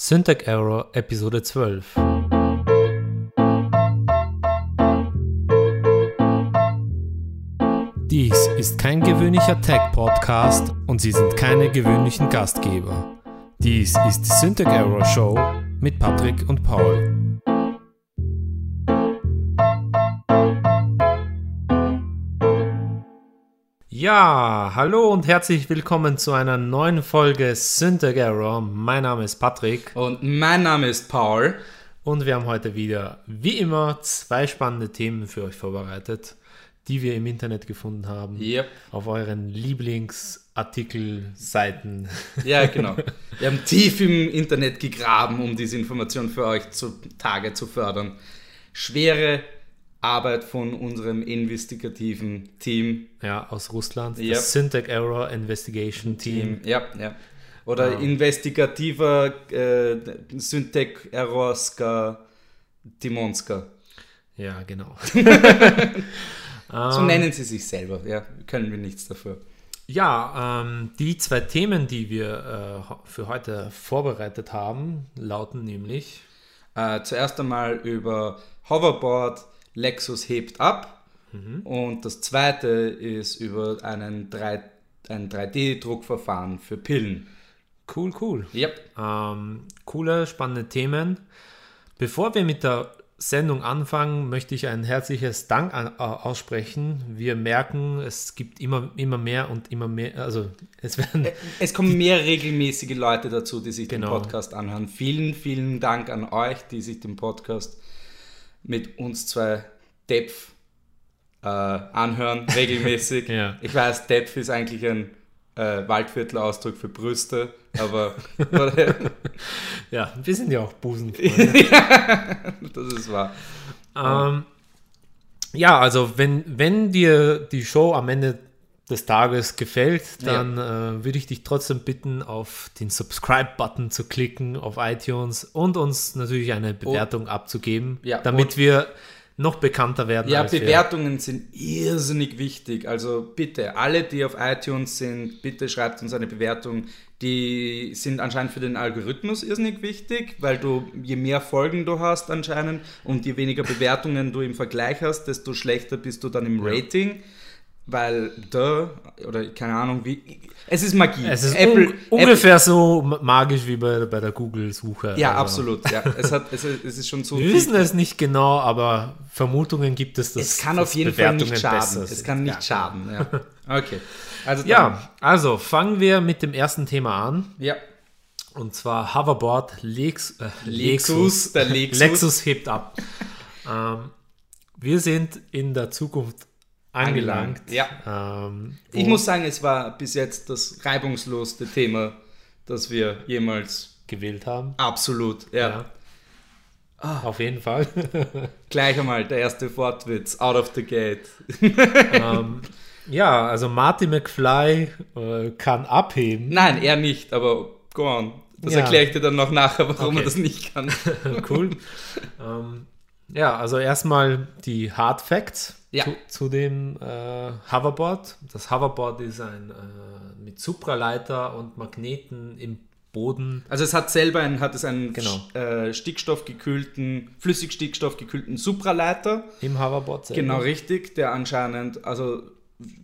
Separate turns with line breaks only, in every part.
Syntax Error Episode 12. Dies ist kein gewöhnlicher Tech-Podcast und Sie sind keine gewöhnlichen Gastgeber. Dies ist die Syntax Error Show mit Patrick und Paul. Ja, hallo und herzlich willkommen zu einer neuen Folge Syntax Error. Mein Name ist Patrick
Und mein Name ist Paul.
und wir haben heute wieder, wie immer, zwei spannende Themen für euch vorbereitet, die wir im Internet gefunden haben.
Yep.
auf euren Lieblingsartikelseiten.
Ja, genau. Wir haben tief im Internet gegraben, um diese Information für euch zutage zu fördern. Schwere Arbeit von unserem investigativen Team.
Ja, aus Russland.
Yep.
Das Syntax Error Investigation Team.
Team. Ja, ja. Oder investigativer äh, Syntec Eroska Timonska.
Ja, genau.
So nennen sie sich selber. Ja, können wir nichts dafür.
Ja, ähm, die zwei Themen, die wir äh, ho- für heute vorbereitet haben, lauten nämlich.
Äh, zuerst einmal über Hoverboard, Lexus hebt ab. Und das zweite ist über einen 3, ein 3D-Druckverfahren für Pillen.
Cool, cool.
Yep.
Ähm, coole, spannende Themen. Bevor wir mit der Sendung anfangen, möchte ich ein herzliches Dank an, äh, aussprechen. Wir merken, es gibt immer, immer mehr und immer mehr, also es werden
Es kommen mehr regelmäßige Leute dazu, die sich
Genau.
den Podcast anhören. Vielen, vielen Dank an euch, die sich den Podcast mit uns zwei Depf äh, anhören, regelmäßig.
Ja.
Ich weiß, Depf ist eigentlich ein äh, Waldviertel-Ausdruck für Brüste, aber
Ja, wir sind ja auch Busen.
das ist wahr.
ähm, ja, also wenn, wenn dir die Show am Ende des Tages gefällt, dann äh, würde ich dich trotzdem bitten, auf den Subscribe-Button zu klicken auf iTunes und uns natürlich eine Bewertung abzugeben,
Oh. Ja,
damit wir noch bekannter werden.
Ja,
als wir-
Bewertungen sind irrsinnig wichtig. Also bitte, alle, die auf iTunes sind, bitte schreibt uns eine Bewertung. Die sind anscheinend für den Algorithmus irrsinnig wichtig, weil du, je mehr Folgen du hast anscheinend und je weniger Bewertungen du im Vergleich hast, desto schlechter bist du dann im Rating. Weil da, oder keine Ahnung, wie. Es ist Magie.
Es ist
Apple-
un ungefähr so ma- magisch wie bei, bei der Google-Suche.
Apple, ja,
Also,
absolut. Ja. Es, hat, es, ist- es ist schon so.
Wir
viel-
wissen es nicht genau, aber Vermutungen gibt es, dass
es kann
dass
auf jeden Fall nicht
Bewertungen
schaden.
besser
Es
sind.
kann nicht
Ja.
schaden. Ja. Okay. Also dann,
Ja, also fangen wir mit dem ersten Thema an.
Ja.
Und zwar Hoverboard Lex, äh,
Lexus, der Lexus.
Lexus hebt ab. ähm, wir sind in der Zukunft angelangt.
Angelangt,
Ähm,
Ich
wo-
muss sagen, es war bis jetzt das reibungslosste Thema, das wir jemals
gewählt haben.
absolut. Ja.
Ja. Auf jeden Fall.
Gleich einmal der erste Wortwitz, out of the gate.
ja, also Marty McFly äh, kann abheben.
Nein, er nicht, aber go on. Das
Ja.
erkläre ich dir dann noch nachher, warum
Okay.
er das nicht kann.
cool. ähm, ja, also erstmal die Hard Facts
Ja.
zu, zu dem äh, Hoverboard. Das Hoverboard ist ein äh, mit Supraleiter und Magneten im Boden.
Also es hat selber ein, hat es einen
Genau.
Sch- äh, stickstoffgekühlten, flüssigstickstoffgekühlten Supraleiter.
Im Hoverboard selber.
Genau richtig, der anscheinend, also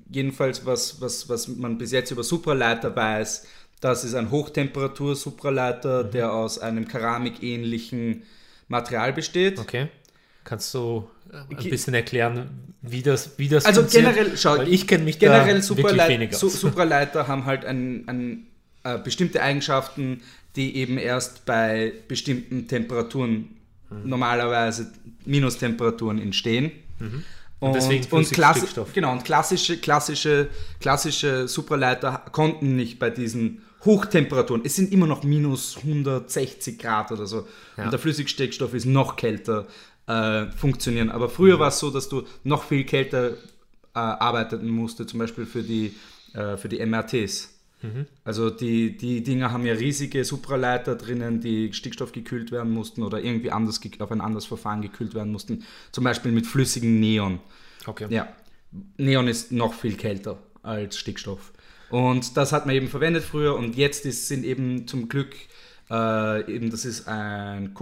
jedenfalls was, was, was man bis jetzt über Supraleiter weiß, das ist ein Hochtemperatur-Supraleiter,
Mhm.
der aus einem keramikähnlichen Material besteht.
Okay. Kannst du äh, ein bisschen erklären, wie das, wie das
Also
funktioniert?
generell, schau,
Weil ich kenne mich
generell
da wirklich
Supraleit
wenig aus.
Su Supraleiter haben halt ein, ein, äh, bestimmte Eigenschaften, die eben erst bei bestimmten Temperaturen,
Mhm.
normalerweise Minustemperaturen entstehen. Und,
deswegen
und,
flüssig
klassi-
Stickstoff.
genau, und klassische, klassische, klassische Supraleiter konnten nicht bei diesen Hochtemperaturen, es sind immer noch minus 160 Grad oder so, und der Flüssigstickstoff ist noch kälter, äh, funktionieren. Aber früher
Mhm.
war es so, dass du noch viel kälter äh, arbeiten musste, zum Beispiel für die, äh, für die MRTs.
Mhm.
Also die, die Dinger haben ja riesige Supraleiter drinnen, die Stickstoff gekühlt werden mussten oder irgendwie anders gek- auf ein anderes Verfahren gekühlt werden mussten, zum Beispiel mit flüssigem Neon.
okay.
Ja, Neon ist noch viel kälter als Stickstoff. Und das hat man eben verwendet früher und jetzt ist, sind eben zum Glück Äh, eben, das ist ein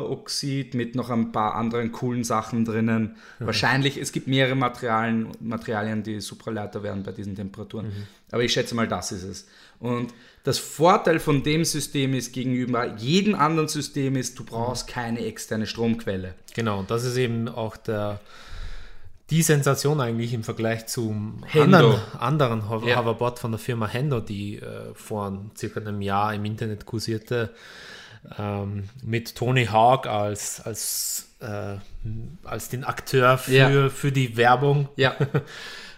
Kupferoxid mit noch ein paar anderen coolen Sachen drinnen. Wahrscheinlich, es gibt mehrere Materialien, Materialien, die Supraleiter werden bei diesen Temperaturen. Aber ich schätze mal, das ist es. Und das Vorteil von dem System ist gegenüber jedem anderen System ist, du brauchst keine externe Stromquelle.
Genau, und das ist eben auch der, die Sensation eigentlich im Vergleich zum
Hendo.
anderen, anderen Ho-
Ja.
Hoverboard von der Firma Hendo, die äh, vor circa einem Jahr im Internet kursierte, ähm, mit Tony Hawk als, als, äh, als den Akteur für,
Ja.
für die Werbung.
Ja,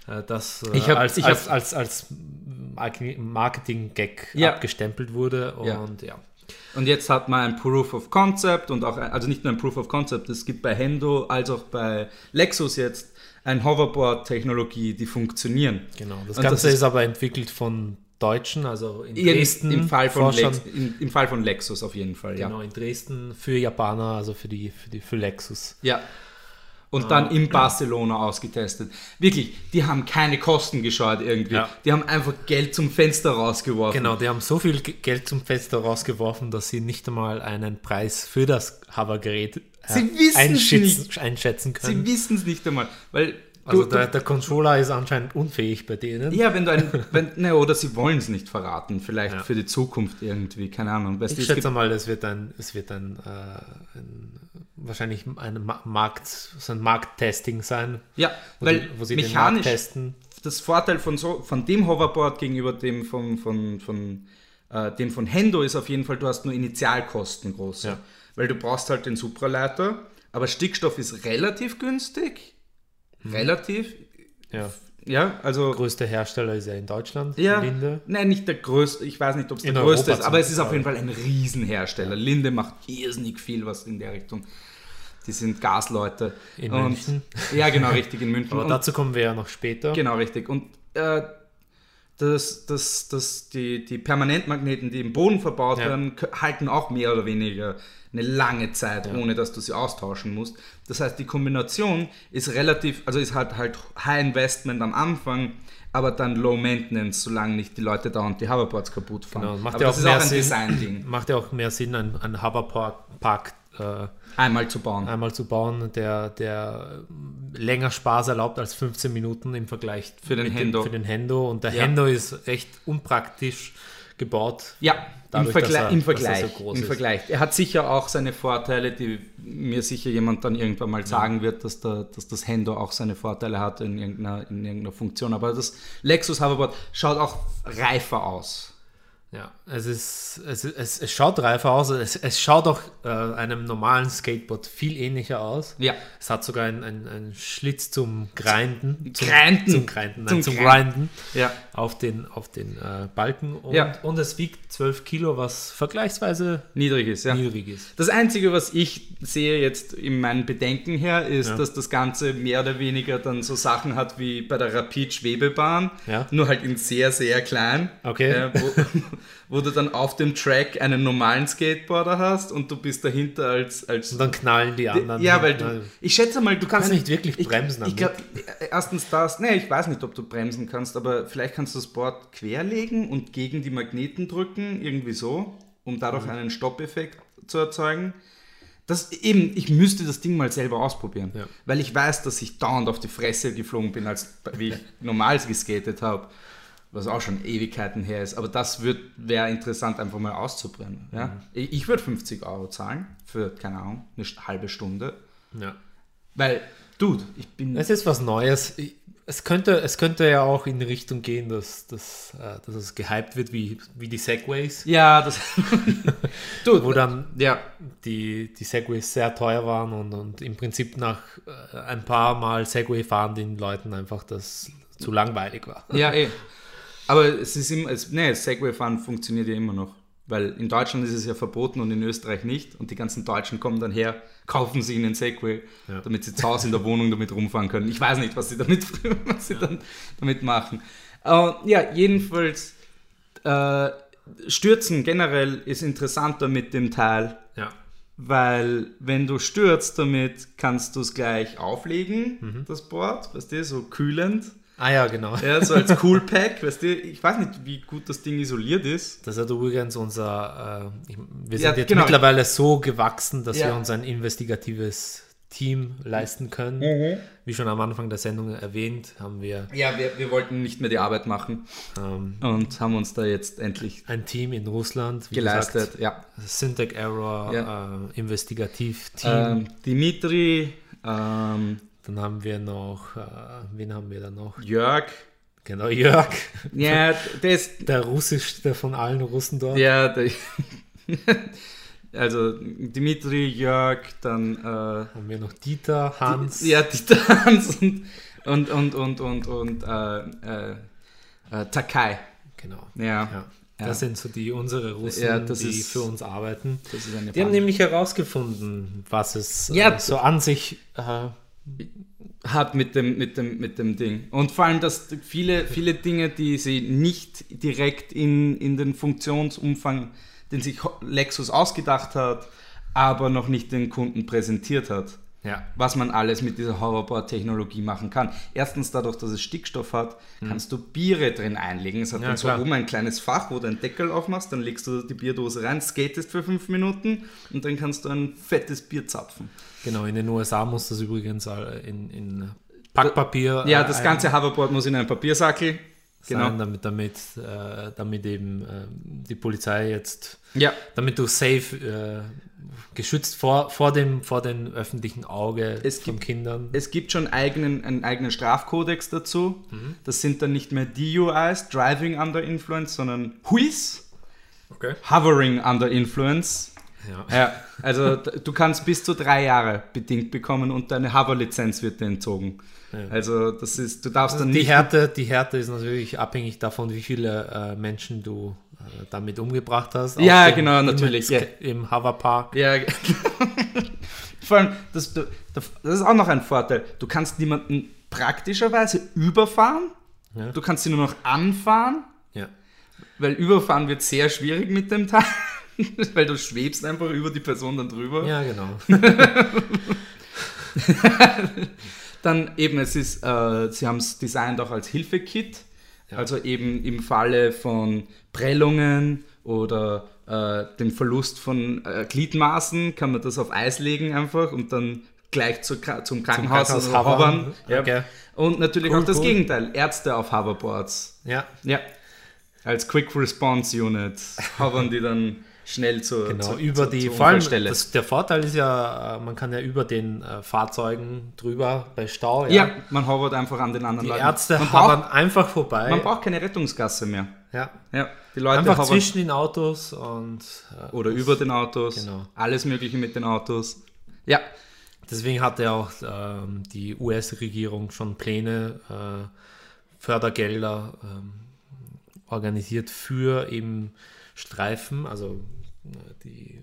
Äh, das äh,
Ich hab-
als,
ich hab-
als, als, als Marke- Marketing-Gag
Ja.
abgestempelt wurde.
Ja.
Und ja.
Und jetzt hat man ein Proof of Concept und auch, ein, also nicht nur ein Proof of Concept, es gibt bei Hendo als auch bei Lexus jetzt ein Hoverboard-Technologie, die funktionieren.
Genau, das
Und
Ganze ist,
das ist-
aber entwickelt von Deutschen, also in
Im-
Dresden.
Im, Fall von
Forschern,
Lex, im, Im Fall von Lexus auf jeden Fall, ja.
Genau, in Dresden für Japaner, also für die, für die für Lexus.
ja. Und
Ah,
dann in Barcelona ausgetestet. Wirklich, die haben keine Kosten gescheut irgendwie.
Ja.
Die haben einfach Geld zum Fenster rausgeworfen.
Genau, die haben so viel Ge- Geld zum Fest rausgeworfen, dass sie nicht einmal einen Preis für das Hovergerät äh,
Sie wissen's
einschätzen, einschätzen können.
Sie wissen es nicht einmal, weil
also
du-
der, der Controller ist anscheinend unfähig bei denen.
Ja, wenn du ein, wenn, na, oder sie wollen es nicht verraten, vielleicht
Ja.
für die Zukunft irgendwie, keine Ahnung. Weißt du,
Ich
es gibt-
schätze mal, es wird ein, es wird ein, äh, ein wahrscheinlich ein Ma- Markt, so ein Markttesting sein,
ja,
wo,
weil
die, wo sie den Markt
mechanisch
testen.
das Vorteil von, so, von dem Hoverboard gegenüber dem von, von, von, äh, dem von Hendo ist auf jeden Fall, du hast nur Initialkosten groß.
Ja.
Weil du brauchst halt den Supraleiter, aber Stickstoff ist relativ günstig.
Hm.
Relativ,
Ja.
ja, also
Größter Hersteller ist ja in Deutschland,
Ja,
Linde.
nein, nicht der größte, ich weiß nicht, ob es der
In
größte
Europa
ist, aber es
zum
ist auf jeden Fall ein Riesenhersteller. Linde macht irrsinnig viel was in der Richtung. Die sind Gasleute.
In
Und-
München.
Ja, genau, richtig, in München.
Aber
Und-
dazu kommen wir ja noch später.
Genau, richtig. Und äh, das, das, das, die, die Permanentmagneten, die im Boden verbaut
Ja.
werden, k- halten auch mehr oder weniger eine lange Zeit, ohne dass du sie austauschen musst. Das heißt, die Kombination ist relativ, also ist halt, halt High Investment am Anfang, aber dann Low Maintenance, solange nicht die Leute da und die Hoverboards kaputt fahren.
Genau, macht
aber
ja
das
auch
ist
mehr
auch ein
Sinn.
Design-Ding,
Macht ja auch mehr Sinn, einen, einen Hoverpark Park, äh,
einmal zu bauen.
einmal zu bauen, der, der länger Spaß erlaubt als 15 Minuten im Vergleich
Für den
mit dem-
Hendo.
Für den Hendo. Und der
Ja.
Hendo ist echt unpraktisch gebaut.
Ja,
Dadurch,
im,
dass
Vergle
er-
im
dass er so
Vergleich.
groß
Im
ist.
Vergleich. Er hat sicher auch seine Vorteile, die mir sicher jemand dann irgendwann mal sagen wird, dass, der, dass das Hendo auch seine Vorteile hat in irgendeiner, in irgendeiner Funktion. Aber das Lexus Hoverboard schaut auch reifer aus.
Ja, es ist, es, ist- es, es schaut reifer aus. Es, es schaut auch äh, einem normalen Skateboard viel ähnlicher aus.
Ja.
Es hat sogar einen, einen, einen Schlitz zum Grinden. Zum
Grinden.
Zum Grinden, nein,
Zum
zum
Grinden.
Grinden.
Ja.
Auf den, auf den äh, Balken. Und,
Ja.
und es wiegt 12 Kilo, was vergleichsweise
Niedrig ist, ja.
niedrig ist.
Das Einzige, was ich sehe jetzt in meinen Bedenken her, ist, dass das Ganze mehr oder weniger dann so Sachen hat wie bei der Rapid-Schwebebahn,
Ja.
nur halt in sehr, sehr klein,
Okay.
äh, wo, wo du dann auf dem Track einen normalen Skateboarder hast und du bist dahinter als... als
Und dann halt knallen die anderen.
ja, weil
Na,
du, ich schätze mal, du kannst
kannst nicht wirklich bremsen
Ich, ich glaub, äh, erstens das, nee, ich weiß nicht, ob du bremsen kannst, aber vielleicht kannst du das Board querlegen und gegen die Magneten drücken, irgendwie so, um dadurch
Mhm.
einen Stoppeffekt zu erzeugen. Das eben, ich müsste das Ding mal selber ausprobieren,
Ja.
weil ich weiß, dass ich dauernd auf die Fresse geflogen bin, als wie ich normal geskatet habe, was auch schon Ewigkeiten her ist. Aber das wäre interessant, einfach mal auszuprobieren.
Mhm.
Ja? Ich, ich würde 50 Euro zahlen für, keine Ahnung, eine st- halbe Stunde,
Ja.
weil, Dude, ich bin.
Es ist was Neues. Ich- Es könnte, es könnte ja auch in die Richtung gehen, dass, dass, äh, dass es gehypt wird wie, wie die Segways,
Ja, das. Dude,
wo dann
ja,
die, die Segways sehr teuer waren und, und im Prinzip nach äh, ein paar Mal Segway fahren den Leuten einfach das zu langweilig war.
ja, eh. Aber es ist immer, es, nee, Segway-Fahren funktioniert ja immer noch. Weil in Deutschland ist es ja verboten und in Österreich nicht. Und die ganzen Deutschen kommen dann her, kaufen sich einen Segway, damit sie zu Hause in der Wohnung damit rumfahren können. Ich weiß nicht, was sie damit, was sie dann damit machen. Äh, ja, jedenfalls, äh, Stürzen generell ist interessanter mit dem Teil.
Ja.
Weil wenn du
Mhm.
stürzt damit, kannst du es gleich auflegen, das Board, weißt du, so kühlend.
Ah ja, genau.
Ja, so als Cool Pack, weißt du, ich weiß nicht, wie gut das Ding isoliert ist.
Das hat übrigens unser, äh, ich- wir
Ja,
sind jetzt
genau.
mittlerweile so gewachsen, dass
Ja.
wir uns ein investigatives Team leisten können.
Mhm.
Wie schon am Anfang der Sendung erwähnt, haben wir
Ja, wir, wir wollten nicht mehr die Arbeit machen
ähm,
und haben uns da jetzt endlich
ein Team in Russland, wie
geleistet.
gesagt,
ja.
Syntax Error,
Ja.
äh, Investigativ-Team.
Ähm, Dimitri, ähm,
Dann haben wir noch, äh, wen haben wir da noch?
Jörg.
Genau, Jörg,
Ja, der ist,
der russischste von allen Russen dort.
Ja, der, also Dimitri, Jörg, dann
Haben wir noch Dieter, Hans.
äh, ja, Dieter Hans und und und und und, und äh, äh, äh, Takai.
Genau.
Ja.
Ja.
Ja.
Das sind so die unsere Russen,
Ja, das
die
ist-
für uns arbeiten.
Das ist eine
Die haben
Band.
nämlich herausgefunden, was es äh,
Ja.
so an sich äh,
hat mit dem, mit, dem, mit dem Ding. Und vor allem, dass viele, viele Dinge, die sie nicht direkt in, in den Funktionsumfang, den sich Lexus ausgedacht hat, aber noch nicht den Kunden präsentiert hat.
ja.
was man alles mit dieser Hoverboard-Technologie machen kann. Erstens dadurch, dass es Stickstoff hat, kannst du Biere drin einlegen. Es hat
Ja,
dann so
klar.
oben ein kleines Fach, wo du einen Deckel aufmachst, dann legst du die Bierdose rein, skatest für fünf Minuten und dann kannst du ein fettes Bier zapfen.
Genau, in den USA muss das übrigens äh, in, in Packpapier.
Ja,
äh,
das ganze Hoverboard muss in einen
sein,
Papiersackel. Genau.
damit, damit, äh, damit eben äh, die Polizei jetzt,
Ja,
damit du safe äh, geschützt vor, vor, dem, vor dem öffentlichen Auge
Es
von Kindern.
es gibt schon eigenen, einen eigenen Strafkodex dazu. Das sind dann nicht mehr DUIs, Driving Under Influence, sondern HUIs,
Okay.
Hovering Under Influence.
Ja.
Ja, also d- du kannst bis zu drei Jahre bedingt bekommen und deine Hover-Lizenz wird dir entzogen. Also das ist, du darfst dann
Die
nicht.
Härte, die Härte ist natürlich abhängig davon, wie viele äh, Menschen du äh, damit umgebracht hast.
Ja,
Auf dem-
genau, natürlich,
Im,
ja.
im Hoverpark.
Ja. Vor allem, das, du- das ist auch noch ein Vorteil. Du kannst niemanden praktischerweise überfahren.
Ja.
Du kannst ihn nur noch anfahren,
Ja.
weil überfahren wird sehr schwierig mit dem Teil. Weil du schwebst einfach über die Person dann drüber.
ja, genau.
Dann eben, es ist, äh, sie haben es designt auch als Hilfekit. Also eben im Falle von Prellungen oder äh, dem Verlust von äh, Gliedmaßen kann man das auf Eis legen einfach und dann gleich zur, Kra- zum Krankenhaus,
Krankenhaus
also
hovern.
hovern. Ja.
Okay.
Und natürlich
Cool,
auch das
cool.
Gegenteil, Ärzte auf Hoverboards.
Ja,
Ja. Als Quick Response Unit hovern die dann schnell zur,
genau.
zur,
über
zur,
die
zur
vor allem,
Unfallstelle.
das, der Vorteil ist ja, äh, man kann ja über den äh, Fahrzeugen drüber bei Stau.
ja, man hovert einfach an den anderen
Die
Leuten.
Ärzte
man
hovern
braucht,
einfach vorbei.
man braucht keine Rettungsgasse mehr.
ja.
Ja, die Leute
Einfach
hovern-
zwischen den Autos und äh,
Oder über den Autos.
Genau.
Alles Mögliche mit den Autos. Ja,
Deswegen hat ja auch ähm, die US-Regierung schon Pläne, äh, Fördergelder ähm, organisiert für eben Streifen, also äh, die,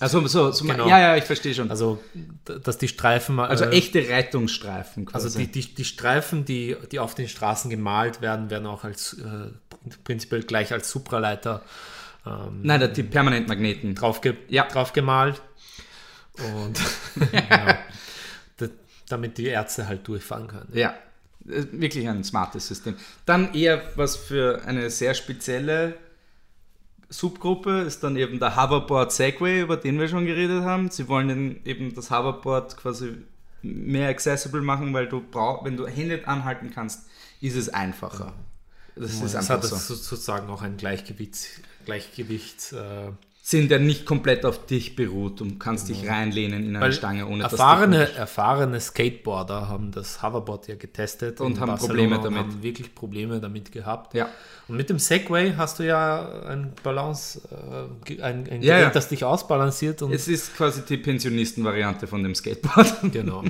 also so, so
Genau.
ja, ja, ich verstehe schon. Also,
also d- dass die Streifen, äh,
echte Rettungsstreifen quasi.
also die, die, die Streifen, die, die auf den Straßen gemalt werden, werden auch als äh, prinzipiell gleich als Supraleiter ähm,
Nein, da- die Permanentmagneten.
draufge
Ja.
draufgemalt. Und ja, D- damit die Ärzte halt durchfahren können.
Ja, äh, wirklich ein smartes System. Dann eher was für eine sehr spezielle Subgruppe ist dann eben der Hoverboard Segway, über den wir schon geredet haben. Sie wollen den- eben das Hoverboard quasi mehr accessible machen, weil du brauch, wenn du Hände anhalten kannst, ist es einfacher. Das ist
Das
einfach
hat
so.
das so- sozusagen auch ein Gleichgewicht, Gleichgewicht äh,
sind ja nicht komplett auf dich beruht und kannst dich reinlehnen in eine Stange ohne dass du-
erfahrene, erfahrene Skateboarder haben das Hoverboard ja getestet
Und
in
haben
Barcelona
Probleme
und
damit.
haben wirklich Probleme damit gehabt.
Ja.
Und mit dem Segway hast du ja ein Balance, äh, ge- ein, ein Gerät,
Ja, ja.
das dich ausbalanciert und
Es ist quasi die Pensionisten-Variante von dem Skateboard.
genau.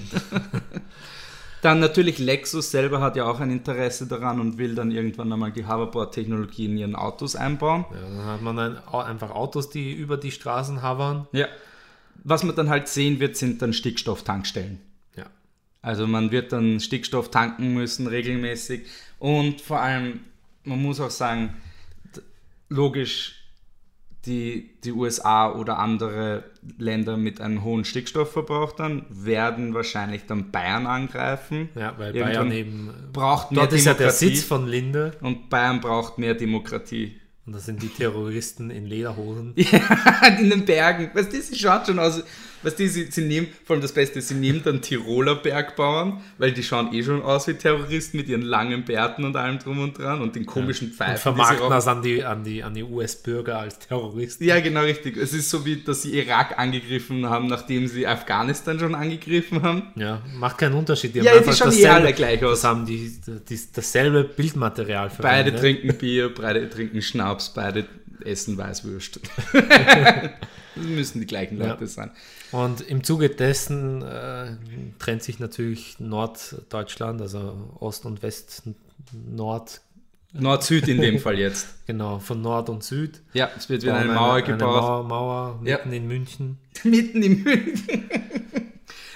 Dann natürlich Lexus selber hat ja auch ein Interesse daran und will dann irgendwann einmal die Hoverboard-Technologie in ihren Autos einbauen.
Ja, dann hat man ein, au- einfach Autos, die über die Straßen havern.
Ja. Was man dann halt sehen wird, sind dann Stickstofftankstellen.
Ja.
Also man wird dann Stickstoff tanken müssen regelmäßig und vor allem, man muss auch sagen, d- logisch, die, die USA oder andere Länder mit einem hohen Stickstoffverbrauch dann, werden wahrscheinlich dann Bayern angreifen.
Ja, weil
Irgendwann
Bayern eben.
braucht mehr
Dort ist ja der
Demokratie
Sitz von Linde.
und Bayern braucht mehr Demokratie.
Und das sind die Terroristen in Lederhosen.
in den Bergen. Weißt du, sie schaut schon aus. Weißt du, sie, sie nehmen, vor allem das Beste, sie nehmen dann Tiroler Bergbauern, weil die schauen eh schon aus wie Terroristen mit ihren langen Bärten und allem drum und dran und den komischen
Und
Pfeifen. die sie
vermarkten
rauchen.
das an die, an die, an die US-Bürger als Terroristen.
Ja, genau richtig. Es ist so wie, dass sie Irak angegriffen haben, nachdem sie Afghanistan schon angegriffen haben.
Ja, macht keinen Unterschied. Die
Ja,
haben
die
einfach
schauen eh
dasselbe-
alle gleich aus.
Das haben die, die, dasselbe Bildmaterial
Beide
verwendet.
trinken Bier, beide trinken Schnaps, beide essen Weißwürst. das müssen die gleichen Leute
Ja.
sein.
Und im Zuge dessen äh, trennt sich natürlich Norddeutschland, also Ost und West, Nord,
Nord-Süd in dem Fall jetzt.
genau, von Nord und Süd.
Ja, es wird wieder eine
Bauen
Mauer
eine
gebaut.
Mauer, Mauer
Ja.
mitten in München.
mitten im München.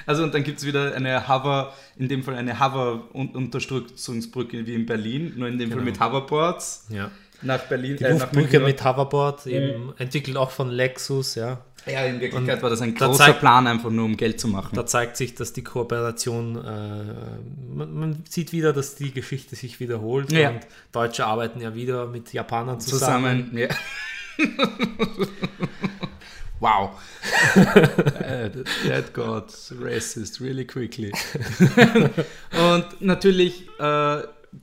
Also und dann gibt es wieder eine Hover, in dem Fall eine Hover-Unterstützungsbrücke wie in Berlin, nur in dem Fall mit Hoverboards
Ja.
nach Berlin.
Genau. Die
äh, Mhm. nach
Luftbrücke
München.
mit Hoverboard, eben entwickelt auch von Lexus, ja.
Ja, in Wirklichkeit
Und
war das ein
da
großer
zeigt-
Plan, einfach nur um Geld zu machen.
Da zeigt sich, dass die Kooperation, äh, man, man sieht wieder, dass die Geschichte sich wiederholt
Ja.
und Deutsche arbeiten ja wieder mit Japanern zusammen.
zusammen. Ja. wow. Äh, that got racist really quickly. Und natürlich äh,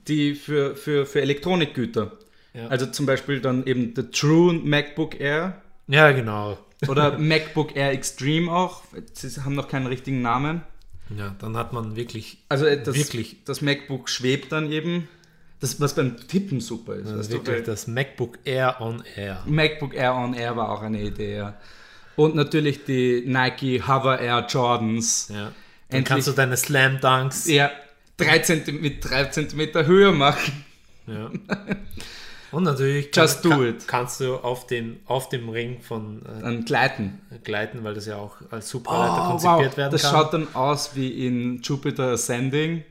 die für, für, für Elektronikgüter.
Ja.
Also zum Beispiel dann eben der True MacBook Air
Ja, genau.
oder MacBook Air Extreme auch. Sie haben noch keinen richtigen Namen.
Ja, dann hat man wirklich
Also äh, das,
Wirklich.
das MacBook schwebt dann eben. Das, was beim Tippen super ist.
Das
weißt
ist
du,
wirklich
weil-
das MacBook Air on Air.
MacBook Air on Air war auch eine Idee, ja. Und natürlich die Nike Hover Air Jordans.
Ja. Dann
Endlich.
kannst du deine Slam Dunks. Ja.
Ja, drei Zentim mit 3 cm Höhe machen.
Und natürlich kann-
Just do
kann-
it.
kannst du auf, den, auf dem Ring von
Dann gleiten.
äh, Gleiten, weil das ja auch als Superleiter
Oh,
konzipiert werden
das
kann.
schaut dann aus wie in Jupiter Ascending,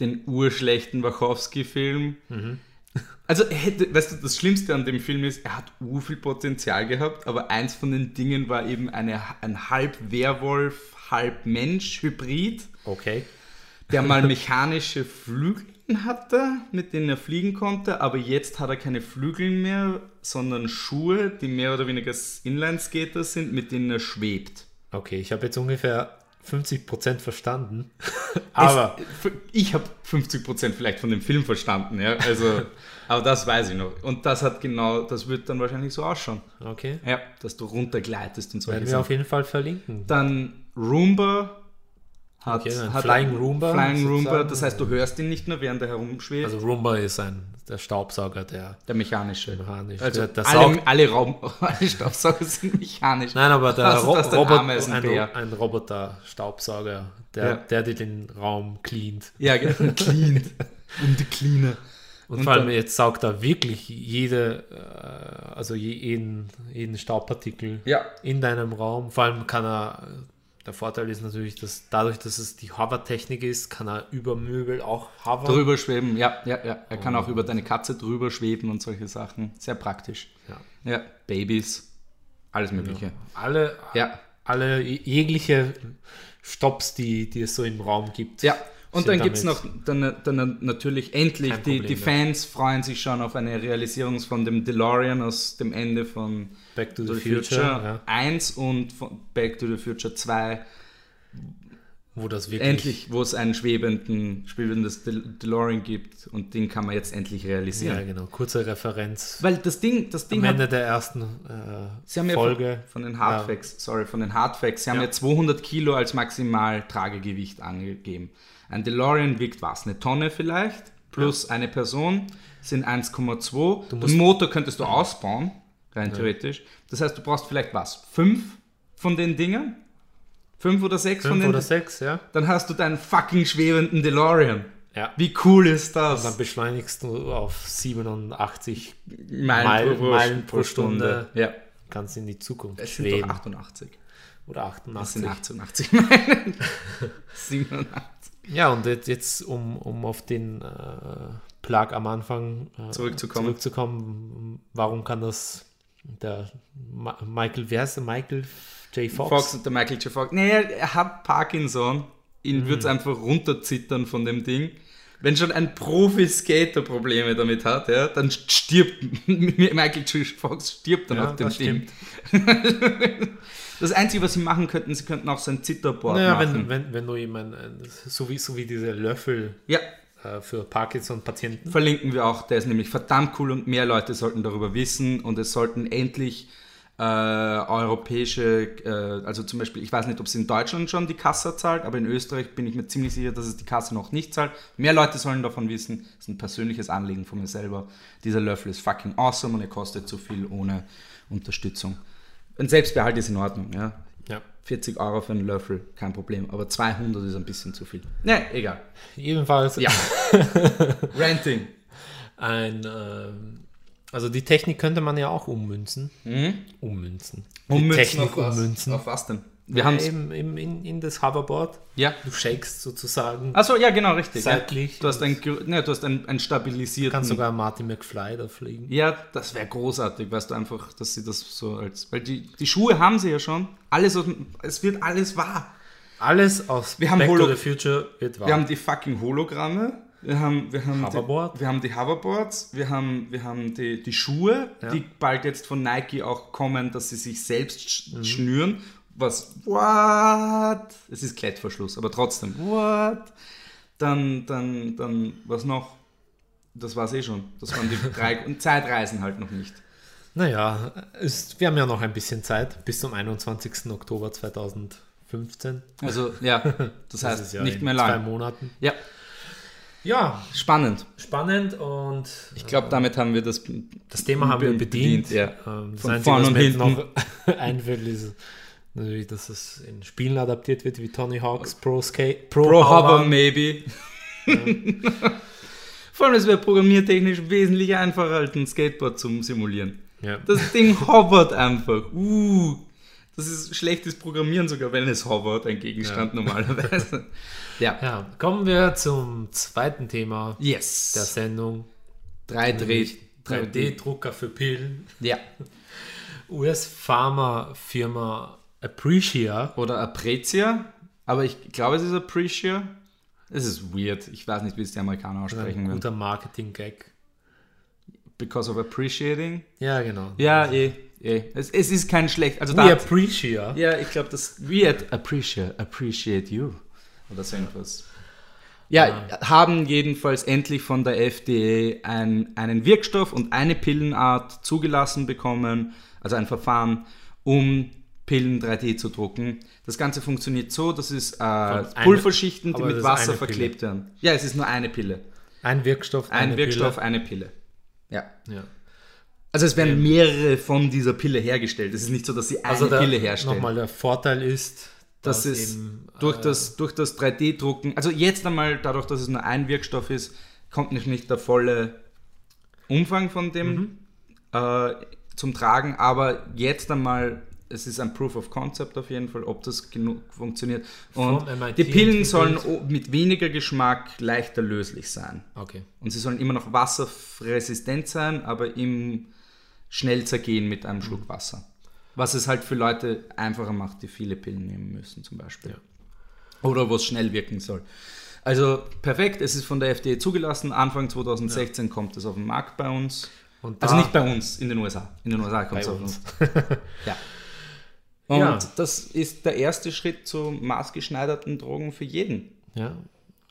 den urschlechten Wachowski-Film.
Mhm.
Also, hätte, weißt du, das Schlimmste an dem Film ist, er hat ur viel Potenzial gehabt, aber eins von den Dingen war eben eine, ein halb Werwolf, halb Mensch-Hybrid.
okay.
der mal mechanische Flügel hatte, mit denen er fliegen konnte, aber jetzt hat er keine Flügel mehr, sondern Schuhe, die mehr oder weniger Inlineskater sind, mit denen er schwebt.
Okay, ich habe jetzt ungefähr 50% verstanden. Aber
Es, ich habe 50% vielleicht von dem Film verstanden, ja, also, aber das weiß ich noch. Und das hat genau, das wird dann wahrscheinlich so ausschauen,
okay.
ja, dass du runtergleitest und solche
Werden wir
Sachen.
auf jeden Fall verlinken.
Dann Roomba hat,
Okay, ein
hat
Flying Roomba
Flying Roomba,
sozusagen.
das heißt, du hörst ihn nicht mehr, während er herumschwebt.
Also Roomba ist ein der Staubsauger, der
Der mechanische.
mechanisch.
Also
der, der saugt
alle, alle, Raum, alle Staubsauger sind mechanisch.
Nein, aber der
Also,
Ro
dass dein
Robot,
Arme ist ein
ein,
Bär.
ein Roboter-Staubsauger, der,
Ja.
der dir den Raum cleant.
Ja, genau. Clean. Um die Cleaner.
Und,
Und
vor allem
dann-
jetzt saugt er wirklich jede, äh, also je- jeden, jeden Staubpartikel
Ja.
in deinem Raum. Vor allem kann er, der Vorteil ist natürlich, dass dadurch, dass es die Hover-Technik ist, kann er über Möbel auch hovern.
Drüber schweben, ja, ja, ja. Er kann auch über deine Katze drüber schweben und solche Sachen. Sehr praktisch.
Ja.
Ja, Babys, alles Mögliche.
Alle,
Ja,
alle je- jegliche Stops, die, die es so im Raum gibt.
ja. Und
sind
dann gibt es noch,
damit-
dann, dann natürlich endlich,
Kein
die,
Problem
die
mehr.
Fans freuen sich schon auf eine Realisierung von dem DeLorean aus dem Ende von
Back to
To
the, Future, ja,
1 und von Back to the Future 2.
wo das wirklich
Endlich, wo es einen schwebenden, schwebendes De DeLorean gibt und den kann man jetzt endlich realisieren.
Ja, genau. Kurze Referenz
Weil das Ding, das
am
Ding hat,
Ende der ersten äh,
sie haben ja
Folge.
von, von den Hardfacts, sorry, von den Hardfacts, sie haben
Ja.
ja 200 Kilo als maximal Tragegewicht angegeben. Ein DeLorean wiegt was? Eine Tonne vielleicht? Plus eine Person sind 1,2. Den Motor könntest du ausbauen, rein theoretisch. Das heißt, du brauchst vielleicht was? Fünf von den Dingern? Fünf oder sechs von
fünf
den
oder sechs, ja.
Dann hast du deinen fucking schwebenden DeLorean.
ja.
Wie cool ist das?
Dann beschleunigst du auf 87,
Meilen,
Meilen- Meilen pro Stunde.
Ja.
kannst in die Zukunft
Es sind doch
schweben.
88.
Oder
Es sind
88.
88 Meilen. 87.
Ja, und jetzt, jetzt um, um auf den äh, Plag am Anfang äh,
Zurückzukommen.
zurückzukommen, warum kann das Der Ma Michael, wer ist der Michael J. Fox?
Fox und der Michael J. Fox. Nee, er hat Parkinson.
Mhm.
Ihn würde es einfach runterzittern von dem Ding. Wenn schon ein Profi-Skater Probleme damit hat, ja, dann stirbt Michael J. Fox stirbt dann
Ja,
auf dem
das
Ding. das Einzige, was sie machen könnten, sie könnten auch so ein Zitterboard
Naja,
machen.
wenn, wenn, wenn du jemanden, so wie, so wie diese Löffel
ja,
äh, für Parkinson-Patienten.
verlinken wir auch. Der ist nämlich verdammt cool und mehr Leute sollten darüber wissen und es sollten endlich äh, europäische, äh, also zum Beispiel, ich weiß nicht, ob es in Deutschland schon die Kasse zahlt, aber in Österreich bin ich mir ziemlich sicher, dass es die Kasse noch nicht zahlt. Mehr Leute sollen davon wissen. Das ist ein persönliches Anliegen von mir selber. Dieser Löffel ist fucking awesome und er kostet zu viel ohne Unterstützung. Ein Selbstbehalt ist in Ordnung, ja.
Ja.
40 Euro für einen Löffel, kein Problem. Aber 200 ist ein bisschen zu viel. Ne, egal.
Jedenfalls
Ja. Ranting.
ein, ähm, also die Technik könnte man ja auch ummünzen. Ummünzen. die Technik ummünzen.
Mhm. Auf was denn? um Wir
ja,
haben es.
eben, eben in, in das Hoverboard.
Ja.
Du shakest sozusagen.
Achso, ja, genau, richtig.
Seitlich
Ja. Du hast ein, Gerü- ne, du hast ein, ein stabilisierten.
Kannst sogar Marty McFly da fliegen.
ja, das wäre großartig, weißt du einfach, dass sie das so als. Weil die, die Schuhe haben sie ja schon. Alles aus, dem- es wird alles wahr.
Alles aus
Wir haben
Back
Holo-
to the Future wird wahr.
Wir haben die fucking Hologramme. Wir haben, wir haben
Hoverboard.
Die, wir haben die Hoverboards, wir haben, wir haben die, die Schuhe, die bald jetzt von Nike auch kommen, dass sie sich selbst sch
Mhm.
schnüren. Was? What? Es ist Klettverschluss, aber trotzdem. What? Dann, dann, dann, was noch? Das war's eh schon. Das waren die drei und Zeitreisen halt noch nicht.
naja, ist, wir haben ja noch ein bisschen Zeit bis zum 21. Oktober 2015.
Also ja, das,
Das
heißt
ist ja
nicht
in
mehr
zwei
lang.
Monaten.
Ja,
Ja,
spannend.
spannend und
Ich glaube, damit haben wir das.
das Thema haben wir bedient.
ja.
Ähm, das
Von
Einzige,
vorn
was
und
mir jetzt
hinten.
noch einfällt, ist natürlich, dass es in Spielen adaptiert wird, wie Tony Hawk's Pro Skate, Pro,
Pro
Power.
Hover maybe. Vor allem, es wäre programmiertechnisch wesentlich einfacher als ein Skateboard zum Simulieren.
Ja.
Das Ding hovert einfach. Uh, das ist schlechtes Programmieren sogar, wenn es hovert, ein Gegenstand normalerweise. Ja.
ja, kommen wir zum zweiten Thema
Yes.
der Sendung.
3D.
3D-Drucker für Pillen.
Ja.
US-Pharma-Firma Appreciate
Oder Aprecia. Aber ich glaube, es ist Aprecia. Es ist weird. Ich weiß nicht, wie es die Amerikaner aussprechen werden.
guter Marketing-Gag.
Because of appreciating.
Ja, genau.
Ja, eh. eh. Es, es ist kein schlecht. Also da
We Appreciate.
Ja, ich glaube, das We at appreciate, appreciate you. Oder so irgendwas. Ja, haben jedenfalls endlich von der FDA ein, einen Wirkstoff und eine Pillenart zugelassen bekommen, also ein Verfahren, um Pillen 3D zu drucken. Das Ganze funktioniert so, das ist äh, Pulverschichten, die
aber
mit
das ist
Wasser
eine Pille.
verklebt werden. Ja, es ist nur eine Pille.
Ein Wirkstoff,
Ein
eine
Wirkstoff, eine Pille. Ja.
Pille. Ja.
Also es werden mehrere von dieser Pille hergestellt. Es ist nicht so, dass sie eine
Also der,
Pille herstellen.
nochmal der Vorteil ist,
Das,
dass
ist
eben,
durch, das, durch das 3D-Drucken, also jetzt einmal dadurch, dass es nur ein Wirkstoff ist, kommt nicht, nicht der volle Umfang von dem äh, zum Tragen, aber jetzt einmal, es ist ein Proof of Concept auf jeden Fall, ob das genug funktioniert. Und
Vom MIT
die Pillen
entwickelt.
sollen o- mit weniger Geschmack leichter löslich sein.
Okay.
Und sie sollen immer noch wasserresistent sein, aber im schnell zergehen mit einem Schluck Wasser. Was es halt für Leute einfacher macht, die viele Pillen nehmen müssen zum Beispiel. Oder wo es schnell wirken soll. Also perfekt, es ist von der FDA zugelassen. Anfang 2016 kommt es auf den Markt bei uns.
Und
Also
da-
nicht bei uns, in den USA. In den USA kommt es auf uns.
uns.
Ja. Und
Ja.
das ist der erste Schritt zu maßgeschneiderten Drogen für jeden.
Ja.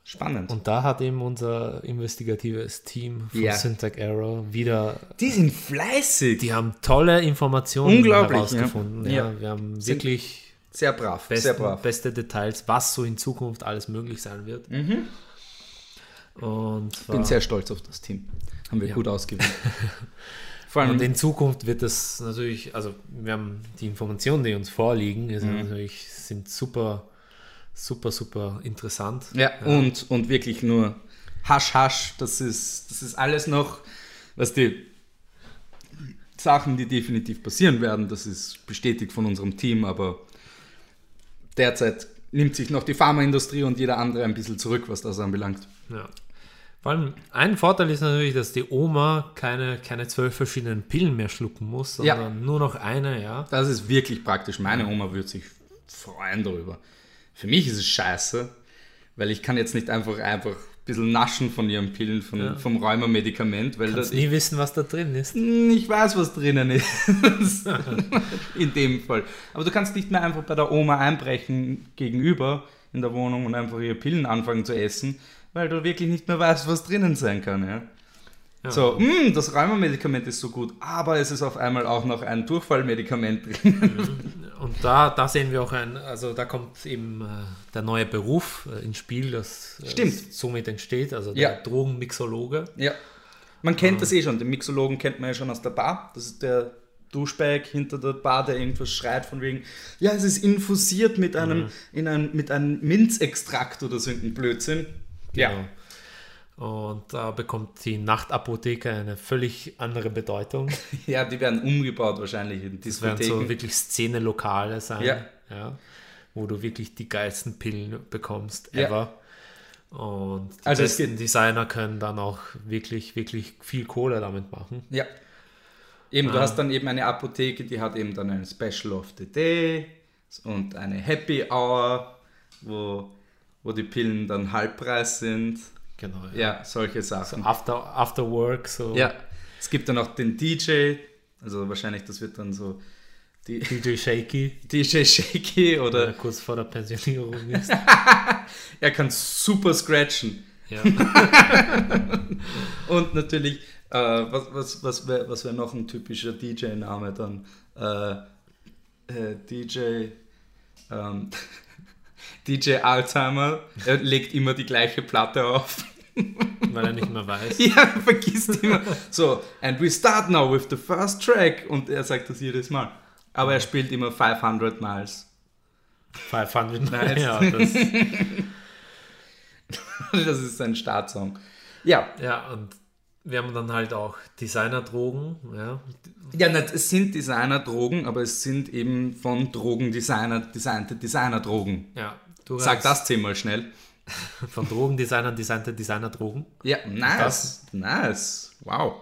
Spannend.
Und da hat eben unser investigatives Team von
Ja.
Syntax Error wieder,
die sind fleißig.
die haben tolle Informationen
Unglaublich,
herausgefunden.
ja.
Ja.
Ja.
Wir haben
Sind-
wirklich
Sehr brav, sehr
besten,
brav.
beste Details, was so in Zukunft alles möglich sein wird. Und,
Mhm. bin
war,
sehr stolz auf das Team. Haben wir gut ausgewählt. Vor
und
allem,
in Zukunft wird das natürlich, also wir haben die Informationen, die uns vorliegen, ist
Mhm.
natürlich, sind super, super, super interessant.
ja, Und, und wirklich nur hasch, hasch. Das ist, das ist alles noch, was die Sachen, die definitiv passieren werden, das ist bestätigt von unserem Team, aber derzeit nimmt sich noch die Pharmaindustrie und jeder andere ein bisschen zurück, was das anbelangt.
Ja. Vor allem, ein Vorteil ist natürlich, dass die Oma keine, keine zwölf verschiedenen Pillen mehr schlucken muss,
Ja.
sondern nur noch eine, ja.
Das ist wirklich praktisch. Meine Oma würde sich freuen darüber. Für mich ist es scheiße, weil ich kann jetzt nicht einfach einfach ein bisschen naschen von ihren Pillen, von, vom Rheuma-Medikament, weil das,
Kannst nie wissen, was da drin ist.
Hm, ich weiß, was drinnen ist. in dem Fall. Aber du kannst nicht mehr einfach bei der Oma einbrechen gegenüber in der Wohnung und einfach ihre Pillen anfangen zu essen, weil du wirklich nicht mehr weißt, was drinnen sein kann. Ja?
Ja.
So, "Hm, das Rheuma-Medikament ist so gut, aber es ist auf einmal auch noch ein Durchfallmedikament drin.
Und da, da sehen wir auch ein, also da kommt eben äh, der neue Beruf äh, ins Spiel, das äh,
Stimmt.
somit entsteht, also
Ja.
der Drogenmixologe.
Ja. Man
Ah.
kennt das eh schon, den Mixologen kennt man ja schon aus der Bar. Das ist der Duschbag hinter der Bar, der irgendwas schreit von wegen, ja, es ist infusiert mit
Mhm.
einem, in einem, mit einem Minzextrakt oder so irgendein Blödsinn. Ja.
Genau. Und da bekommt die Nachtapotheke eine völlig andere Bedeutung.
Ja, die werden umgebaut wahrscheinlich in
Es werden so
Diskotheken.
wirklich Szene-Lokale sein,
Ja.
ja. wo du wirklich die geilsten Pillen bekommst
Ja.
ever. Und die
Also es
besten Designer können dann auch wirklich, wirklich viel Kohle damit machen.
ja. Eben,
Ah.
du hast dann eben eine Apotheke, die hat eben dann ein Special of the Day und eine Happy Hour, wo, wo die Pillen dann Halbpreis sind.
Genau. Ja.
Ja, solche Sachen.
After, after Work, so
Ja, es gibt dann auch den DJ, also wahrscheinlich das wird dann so die
DJ Shaky,
DJ Shaky
der
oder
kurz vor der Pensionierung ist.
er kann super scratchen.
ja.
Und natürlich, äh, was, was, was wäre was wär noch ein typischer DJ-Name dann? Äh, äh, DJ ähm, DJ Alzheimer, er legt immer die gleiche Platte auf.
Weil er nicht mehr weiß.
Ja, vergisst immer. So, and we start now with the first track. Und er sagt das jedes Mal. Aber er spielt immer 500 Miles.
500
Nice.
Ja, das,
Das ist sein Startsong. Ja,
ja, und wir haben dann halt auch Designerdrogen. Ja.
ja na, es sind Designer-Drogen, aber es sind eben von Drogendesigner designte Designer-Drogen.
ja du
Sag
hast-
das zehnmal schnell.
Von Drogendesignern designte Designerdrogen.
Ja, nice. Nice. Wow.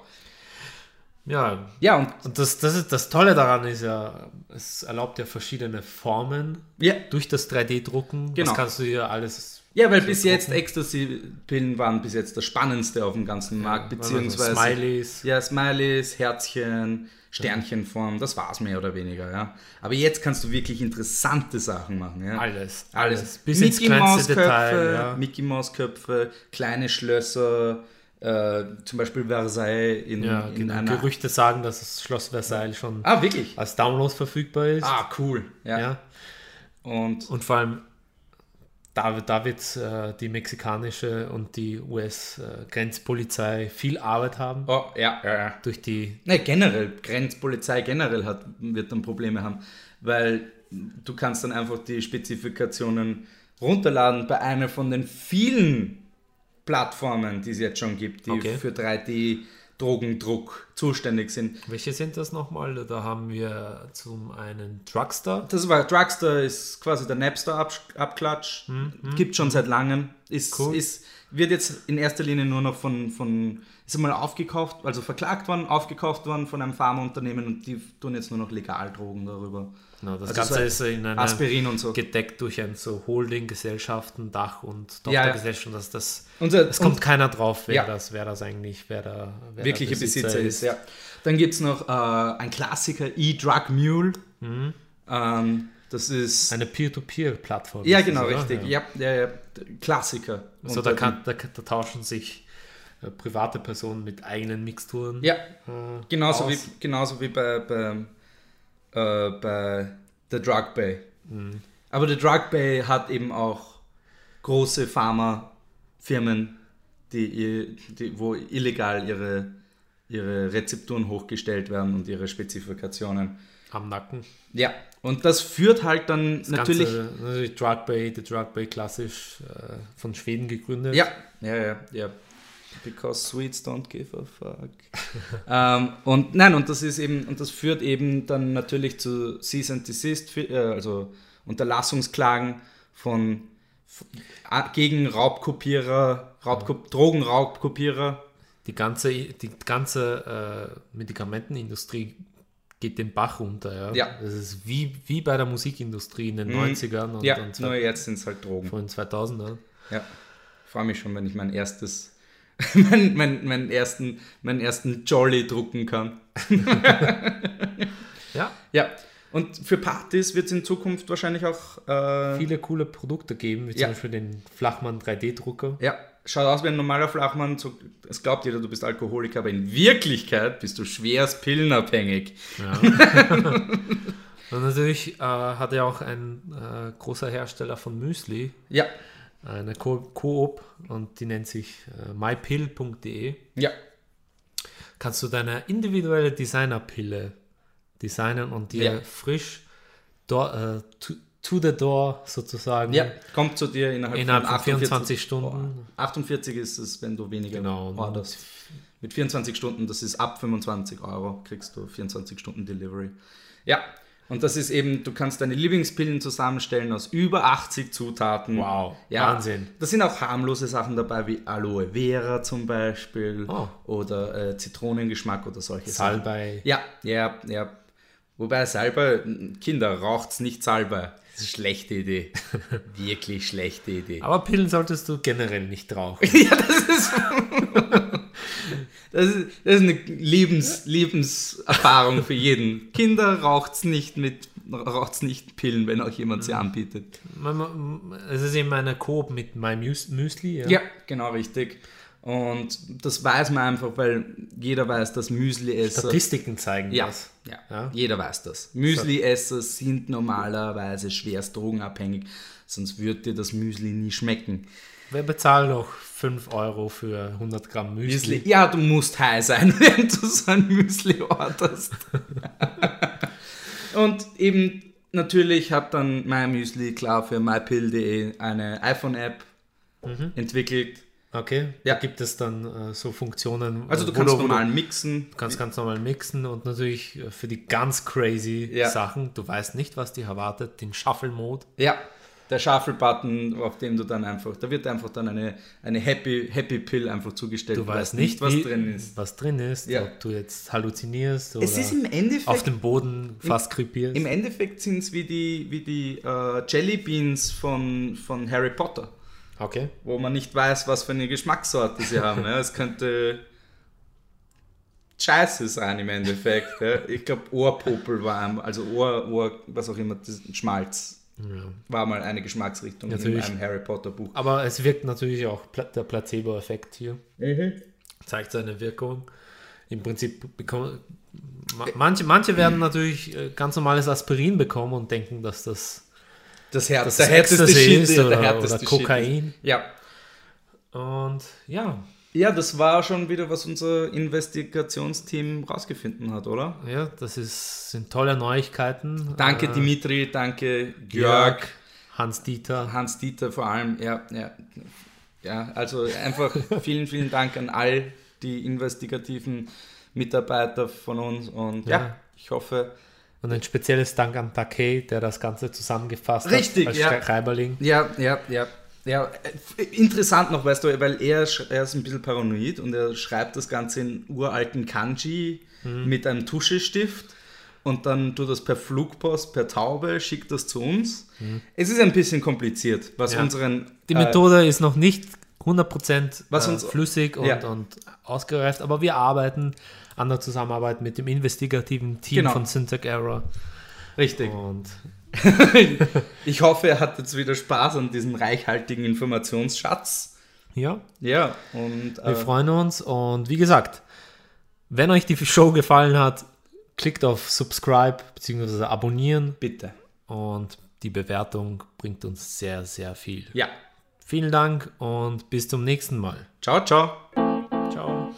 Ja,
Ja, und
und das, das, ist, das Tolle daran ist ja, es erlaubt ja verschiedene Formen
ja,
durch das 3D-Drucken.
Genau.
Das kannst du ja alles.
ja weil bis jetzt Ecstasy-Pillen waren bis jetzt das Spannendste auf dem ganzen Markt, beziehungsweise.
Also Smileys.
Ja, Smileys, Herzchen, Sternchenform, das war's mehr oder weniger, ja. Aber jetzt kannst du wirklich interessante Sachen machen, ja.
Alles.
Alles.
Bis ins kleinste Detail.
Maus-Köpfe,
Ja.
Mickey Maus-Köpfe, kleine Schlösser, äh, zum Beispiel Versailles in,
ja,
in
genau.
einer...
Gerüchte sagen, dass das Schloss Versailles schon
Ah, wirklich?
als Download verfügbar ist.
Ah, cool. Ja.
Ja.
Und
Und vor allem, da, da wird äh, die mexikanische und die US-Grenzpolizei viel Arbeit haben.
oh, ja, ja, ja.
Durch die
Ne, generell, Grenzpolizei generell hat, wird dann Probleme haben, weil du kannst dann einfach die Spezifikationen runterladen bei einer von den vielen Plattformen, die es jetzt schon gibt, die
Okay.
für 3D-Drogendruck zuständig sind.
Welche sind das nochmal? Da haben wir zum einen Drugster.
Das war Drugster ist quasi der Napster-Abklatsch, gibt schon seit langem, ist,
Hm, Cool.
ist, wird jetzt in erster Linie nur noch von, von ist einmal aufgekauft, also verklagt worden, aufgekauft worden von einem Pharmaunternehmen und die tun jetzt nur noch legal Drogen darüber.
Genau, das
Also so
Ganze
ein
ist in einer
Aspirin und so.
gedeckt durch ein so Holding-Gesellschaften, Dach- und
Ja, ja.
Tochtergesellschaften. dass Das,
Unser,
es kommt keiner drauf, wer,
Ja.
das, wer das eigentlich, wer da wer
wirkliche
der
Besitzer, ist. ja. Dann gibt es noch äh, ein Klassiker, E-Drug Mule.
Mhm.
Ähm, das ist.
Eine Peer-to-Peer-Plattform.
ja,
ist das,
genau,
oder?
richtig.
Ja.
Ja. Ja, ja, Klassiker.
So,
Und
da,
dann-
kann, da, da tauschen sich äh, private Personen mit eigenen Mixturen.
Ja,
äh,
genauso wie,
aus.
genauso wie bei, bei, äh, bei The Drug Bay.
Mhm.
Aber The Drug Bay hat eben auch große Pharmafirmen, die, ihr- die, wo illegal ihre, ihre Rezepturen hochgestellt werden und ihre Spezifikationen.
am Nacken.
Ja, und das führt halt dann natürlich.
Ganze, natürlich Drug Bay, The Drug Bay klassisch äh, von Schweden gegründet.
Ja, ja, ja, ja. Because sweets don't give a fuck. ähm, und nein, und das ist eben, und das führt eben dann natürlich zu Cease and Desist, fi- äh, also Unterlassungsklagen von gegen Raubkopierer, Raubko Drogenraubkopierer.
Die ganze, die ganze äh, Medikamentenindustrie geht den Bach runter. Ja?
Ja. Mhm.
Das ist wie, wie bei der Musikindustrie in den 90ern und,
Ja,
und zwei,
nur jetzt sind es halt Drogen.
vor den 2000ern.
Ja, freue mich schon, wenn ich mein erstes, mein, mein, meinen ersten, meinen ersten Jolly drucken kann.
Ja,
Ja, und für Partys wird es in Zukunft wahrscheinlich auch, äh,
viele coole Produkte geben, wie zum
Ja.
Beispiel den Flachmann 3D-Drucker.
ja, schaut aus wie ein normaler Flachmann. So, es glaubt jeder, du bist Alkoholiker, aber in Wirklichkeit bist du schwerst pillenabhängig.
Und natürlich äh, hat ja auch ein äh, großer Hersteller von Müsli
Ja,
eine Ko- Koop und die nennt sich äh, mypill.de.
ja,
Kannst du deine individuelle Designerpille designen und dir
Ja.
frisch do, äh, to, to the door sozusagen
ja. Kommt zu dir innerhalb,
innerhalb von
48
24 Stunden.
48 ist es, wenn du weniger
Genau, und-
orderst. Mit 24 Stunden, das ist ab 25 Euro, kriegst du 24 Stunden Delivery. Ja, und das ist eben, du kannst deine Lieblingspillen zusammenstellen aus über 80 Zutaten.
Wow,
ja.
Wahnsinn.
Da sind auch harmlose Sachen dabei, wie Aloe Vera zum Beispiel
Oh.
oder äh, Zitronengeschmack oder solche Sachen.
Salbei.
Ja, ja, ja. Wobei Salbei, Kinder, raucht's nicht Salbei. Das ist eine schlechte Idee. Wirklich schlechte Idee.
Aber Pillen solltest du generell nicht rauchen.
Ja, das ist. Das ist, das ist eine Lebens, Lebenserfahrung für jeden. Kinder raucht's nicht mit raucht's nicht Pillen, wenn euch jemand sie anbietet.
Man- man- Es ist eben eine Koop mit My Müs- Müsli. Ja.
genau richtig. Und das weiß man einfach, weil jeder weiß, dass Müsli-Esser.
Statistiken zeigen
Ja,
das.
ja,
Ja.
jeder weiß das. Müsli-Esser sind normalerweise schwerst drogenabhängig, sonst würde dir das Müsli nie schmecken.
Wer bezahlt noch 5 Euro für 100 Gramm Müsli?
Müsli. Ja, du musst high sein, wenn du so ein Müsli orderst. Und eben natürlich hat dann mein Müsli klar für mypill.de eine iPhone-App
Mhm.
entwickelt.
Okay,
Ja.
da gibt es dann äh, so Funktionen.
Also du
äh, wo
kannst
wo
normal mixen.
Du kannst ganz normal mixen und natürlich äh, für die ganz crazy
Ja.
Sachen, du weißt nicht, was dich erwartet, den Shuffle-Mode.
Ja, der Shuffle-Button, auf dem du dann einfach, da wird einfach dann eine, eine Happy, Happy Pill einfach zugestellt.
Du weißt nicht,
was
wie-
drin ist.
Was drin ist,
Ja.
ob du jetzt halluzinierst oder
Es ist im Endeffekt
auf dem Boden fast krepierst.
Im Endeffekt sind es wie die, wie die äh, Jelly Beans von, von Harry Potter,
Okay.
wo man nicht weiß, was für eine Geschmackssorte sie haben. Ja. Es könnte Scheiße sein im Endeffekt. Ja. Ich glaube, Ohrpopel war einmal, also Ohr, Ohr, was auch immer, das Schmalz war mal eine Geschmacksrichtung
Natürlich.
in einem Harry Potter Buch.
Aber es wirkt natürlich auch pla der Placebo-Effekt hier. Zeigt seine Wirkung. Im Prinzip bekommen. Ma manche, manche werden natürlich äh, ganz normales Aspirin bekommen und denken, dass das.
Das Herz,
Das
der
ist
härteste
Ecstasy
Shit,
ist
ja, der
oder-
härteste
oder
Shit ist.
Kokain.
Ja,
Und ja,
Ja, das war schon wieder, was unser Investigationsteam rausgefunden hat, oder?
ja das ist, sind tolle Neuigkeiten.
Danke
Äh,
Dimitri, danke Georg,
Jörg, Hans-Dieter.
Hans-Dieter vor allem. Ja, ja, ja, also einfach vielen, vielen Dank an all die investigativen Mitarbeiter von uns und ja,
Ja.
ich hoffe.
Und ein spezielles Dank an Takei, der das Ganze zusammengefasst
Richtig,
hat. als
ja.
Schreiberling.
Ja, ja, ja. Ja, äh, interessant noch, weißt du, weil er, sch- er ist ein bisschen paranoid und er schreibt das Ganze in uralten Kanji mit einem Tuschestift und dann tut das per Flugpost, per Taube, schickt das zu uns. Es ist ein bisschen kompliziert, was
Ja.
unseren...
Die
äh,
Methode ist noch nicht 100%
Was
äh,
uns-
flüssig und,
Ja.
und ausgereift, aber wir arbeiten an der Zusammenarbeit mit dem investigativen Team
Genau.
von Syntec Error.
richtig.
Und
Oh. Ich hoffe, er hat jetzt wieder Spaß an diesem reichhaltigen Informationsschatz.
ja,
Ja, und...
wir
Äh,
freuen uns. Und wie gesagt, wenn euch die Show gefallen hat, klickt auf Subscribe bzw. abonnieren
bitte.
und die Bewertung bringt uns sehr, sehr viel.
Ja.
Vielen Dank und bis zum nächsten Mal.
Ciao, ciao.
Ciao.